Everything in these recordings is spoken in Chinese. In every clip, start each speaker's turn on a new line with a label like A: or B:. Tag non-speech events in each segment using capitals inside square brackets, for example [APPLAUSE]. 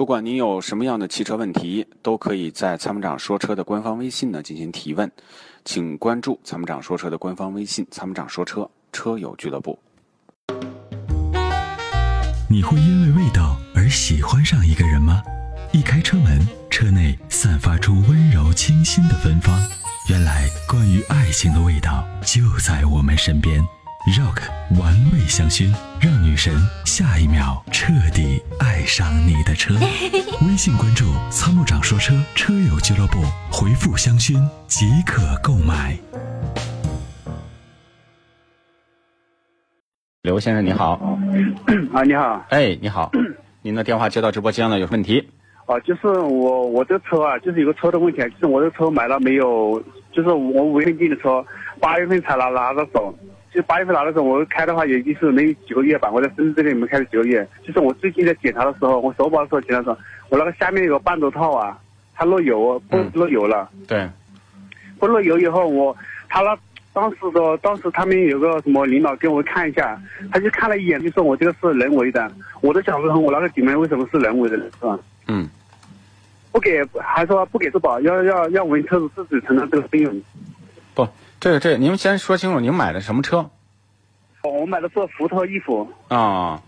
A: 不管您有什么样的汽车问题，都可以在参谋长说车的官方微信呢进行提问，请关注参谋长说车的官方微信“参谋长说车车友俱乐部
B: 你会因为味道而喜欢上一个人吗？一开车门，车内散发出温柔清新的芬芳。原来，关于爱情的味道就在我们身边。Rock 玩味香薰，让女神下一秒彻底爱上你的车。微信关注“参谋长说车”车友俱乐部，回复“香薰”即可购买。”。
A: 刘先生您好，
C: 啊，你好，
A: 哎，你好，您的电话接到直播间了，有什么问题？
C: 啊，就是我我这车啊，就是有个车的问题啊，就是我这车买了没有，就是我五月份订的车，八月份才拿拿到手，就八月份拿到手，我开的话也就是没几个月吧，我在深圳这里没开了几个月，就是我最近在检查的时候，我手保的时候检查的时候，我那个下面有个半轴套啊，它漏油，不
A: 嗯
C: 漏油了。
A: 对，
C: 不漏油以后，我他那当时的当时他们有个什么领导给我看一下，他就看了一眼，就说我这个是人为的。我都想不通我那个底盘为什么是人为的，是吧？
A: 嗯，
C: 不给还说不给质保，要要要我们车主自己承担这个费用。
A: 不，这个这个，您先说清楚您买的什么车
C: 哦我买的是福特翼虎，
A: 啊、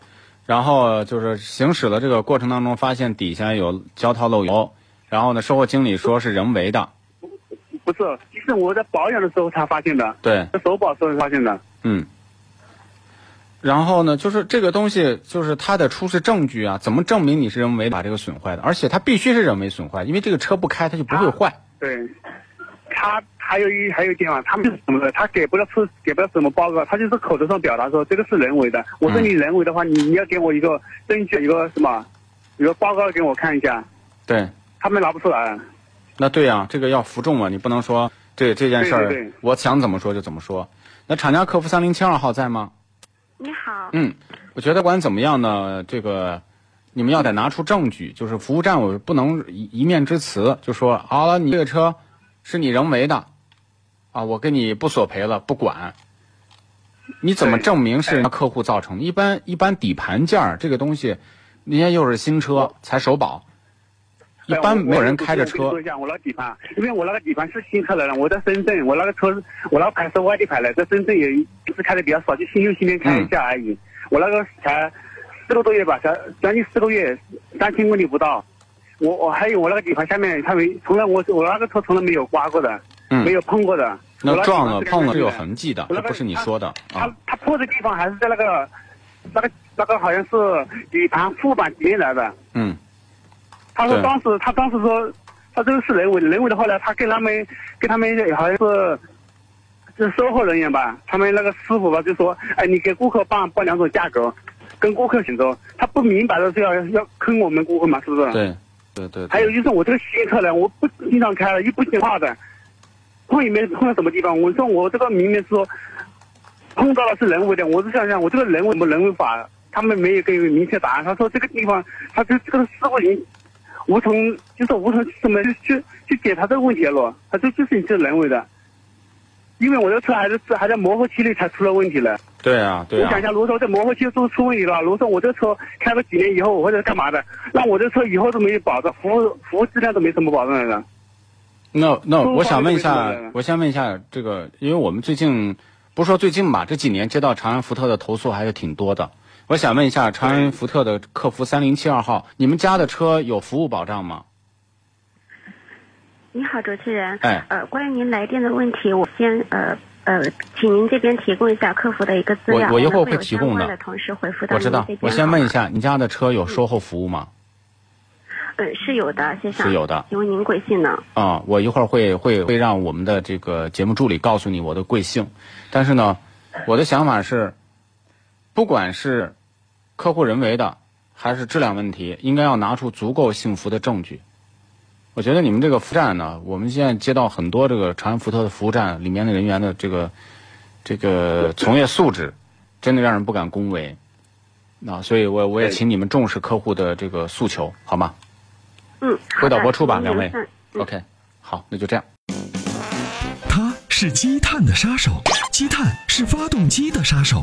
A: 然后就是行驶的这个过程当中发现底下有胶套漏油，然后呢，售后经理说是人为的，
C: 不是，就是我在保养的时候才发现的，
A: 对，
C: 在首保时候才发现的。
A: 嗯，然后呢，就是这个东西，就是它得出示证据啊，怎么证明你是人为把这个损坏的？而且它必须是人为损坏，因为这个车不开它就不会坏。
C: 对，他还有一还有一点啊，他们是什么的？他给不了出给不了什么报告，他就是口头上表达说这个是人为的。我说
A: 嗯
C: 你人为的话，你你要给我一个证据，一个什么，一个报告给我看一下。
A: 对，
C: 他们拿不出来，
A: 那对呀、这个要服众嘛，你不能说这这件事
C: 对对
A: 儿
C: 对，
A: 我想怎么说就怎么说。那厂家客服三零七二号在吗？
D: 你好，
A: 嗯，我觉得不管怎么样呢，这个你们要得拿出证据，就是服务站我不能一一面之词，就说啊，你这个车是你人为的，啊，我给你不索赔了，不管。你怎么
C: 对
A: 证明是人家客户造成的？一般一般底盘件儿这个东西，人家又是新车才首保，一般没有人开着
C: 哎我我
A: 车
C: 跟你说一下，我那个底盘，因为我那个底盘是新车来的，我在深圳，我那个车是，我那个牌是外地牌的，在深圳也是开的比较少，就星期六、星期天开一下而已。我那个才四个多月吧，才将近四个月，三千公里不到。我我还有我那个底盘下面，它没从来我我那个车从来没有刮过的，
A: 嗯
C: 没有碰过的。我
A: 那
C: 个
A: 撞
C: 底
A: 了
C: 盘是
A: 碰了是
C: 干净
A: 有
C: 的
A: 痕迹的，
C: 我
A: 这
C: 那个
A: 不是你
C: 它
A: 说的啊
C: 它。它破的地方还是在那个那个那个好像是底盘副板底面来的。
A: 嗯，
C: 他说
A: 对
C: 当时他当时说，他这个是人为的人为的。后来他跟他们跟他们好像是，就是售后人员吧，他们那个师傅吧就说，哎，你给顾客报报两种价格，跟顾客选择。他不明白的是要要坑我们顾客嘛，是不是？。
A: 对，对对。对
C: 嗯还有就是我这个新车呢，我不经常开了，又不听话的，碰也没碰到什么地方。我说我这个明明是说碰到了是人为的，我是想想我这个人为什么人为法，他们没有给明确答案。他说这个地方，他这这个事故已经无从就是无从怎么去 [LAUGHS] 去去解他这个问题了。他说就是你这人为的，因为我这个车还是还在磨合期内才出了问题了。
A: 对啊，对
C: 我想一
A: 啊，
C: 下，如果说这磨合期出出问题了，如果说我这个车开了几年以后，我或者干嘛的，那我这车以后都没有保障，服务服务质量都没什么保障了。
A: 那那
C: 中
A: 我
C: 方
A: 想
C: 就
A: 问一
C: 没什么
A: 下
C: 人，
A: 我先问一下这个，因为我们最近不说最近吧，这几年接到长安福特的投诉还是挺多的。我想问一下，长安福特的客服三零七二号，你们家的车有服务保障吗？
D: 你好，主持人。
A: 哎
D: 呃，关于您来电的问题，我先呃呃，请您这边提供一下客服的一个资料，
A: 我我一会儿
D: 们
A: 会
D: 有
A: 提供
D: 相
A: 的
D: 关的同事回复到
A: 我
D: 您这
A: 知
D: 边
A: 道
D: 好吗。，
A: 我先问一下，你家的车有售后服务吗？
D: 嗯，是有的，先生。
A: 是有的
D: 请问您贵姓呢？
A: 啊、我一会儿会会会让我们的这个节目助理告诉你我的贵姓，但是呢，我的想法是，不管是客户人为的还是质量问题，应该要拿出足够幸福的证据。我觉得你们这个服务站呢，我们现在接到很多这个长安福特的服务站里面的人员的这个这个从业素质，真的让人不敢恭维。那、所以我我也
C: 对
A: 请你们重视客户的这个诉求，好吗
D: 嗯，
A: 回到
D: 好的
A: 播出吧
D: 请
A: 两
D: 您
A: 位
D: 留下
A: ？OK，好，那就这样。
B: 它是积碳的杀手，积碳是发动机的杀手。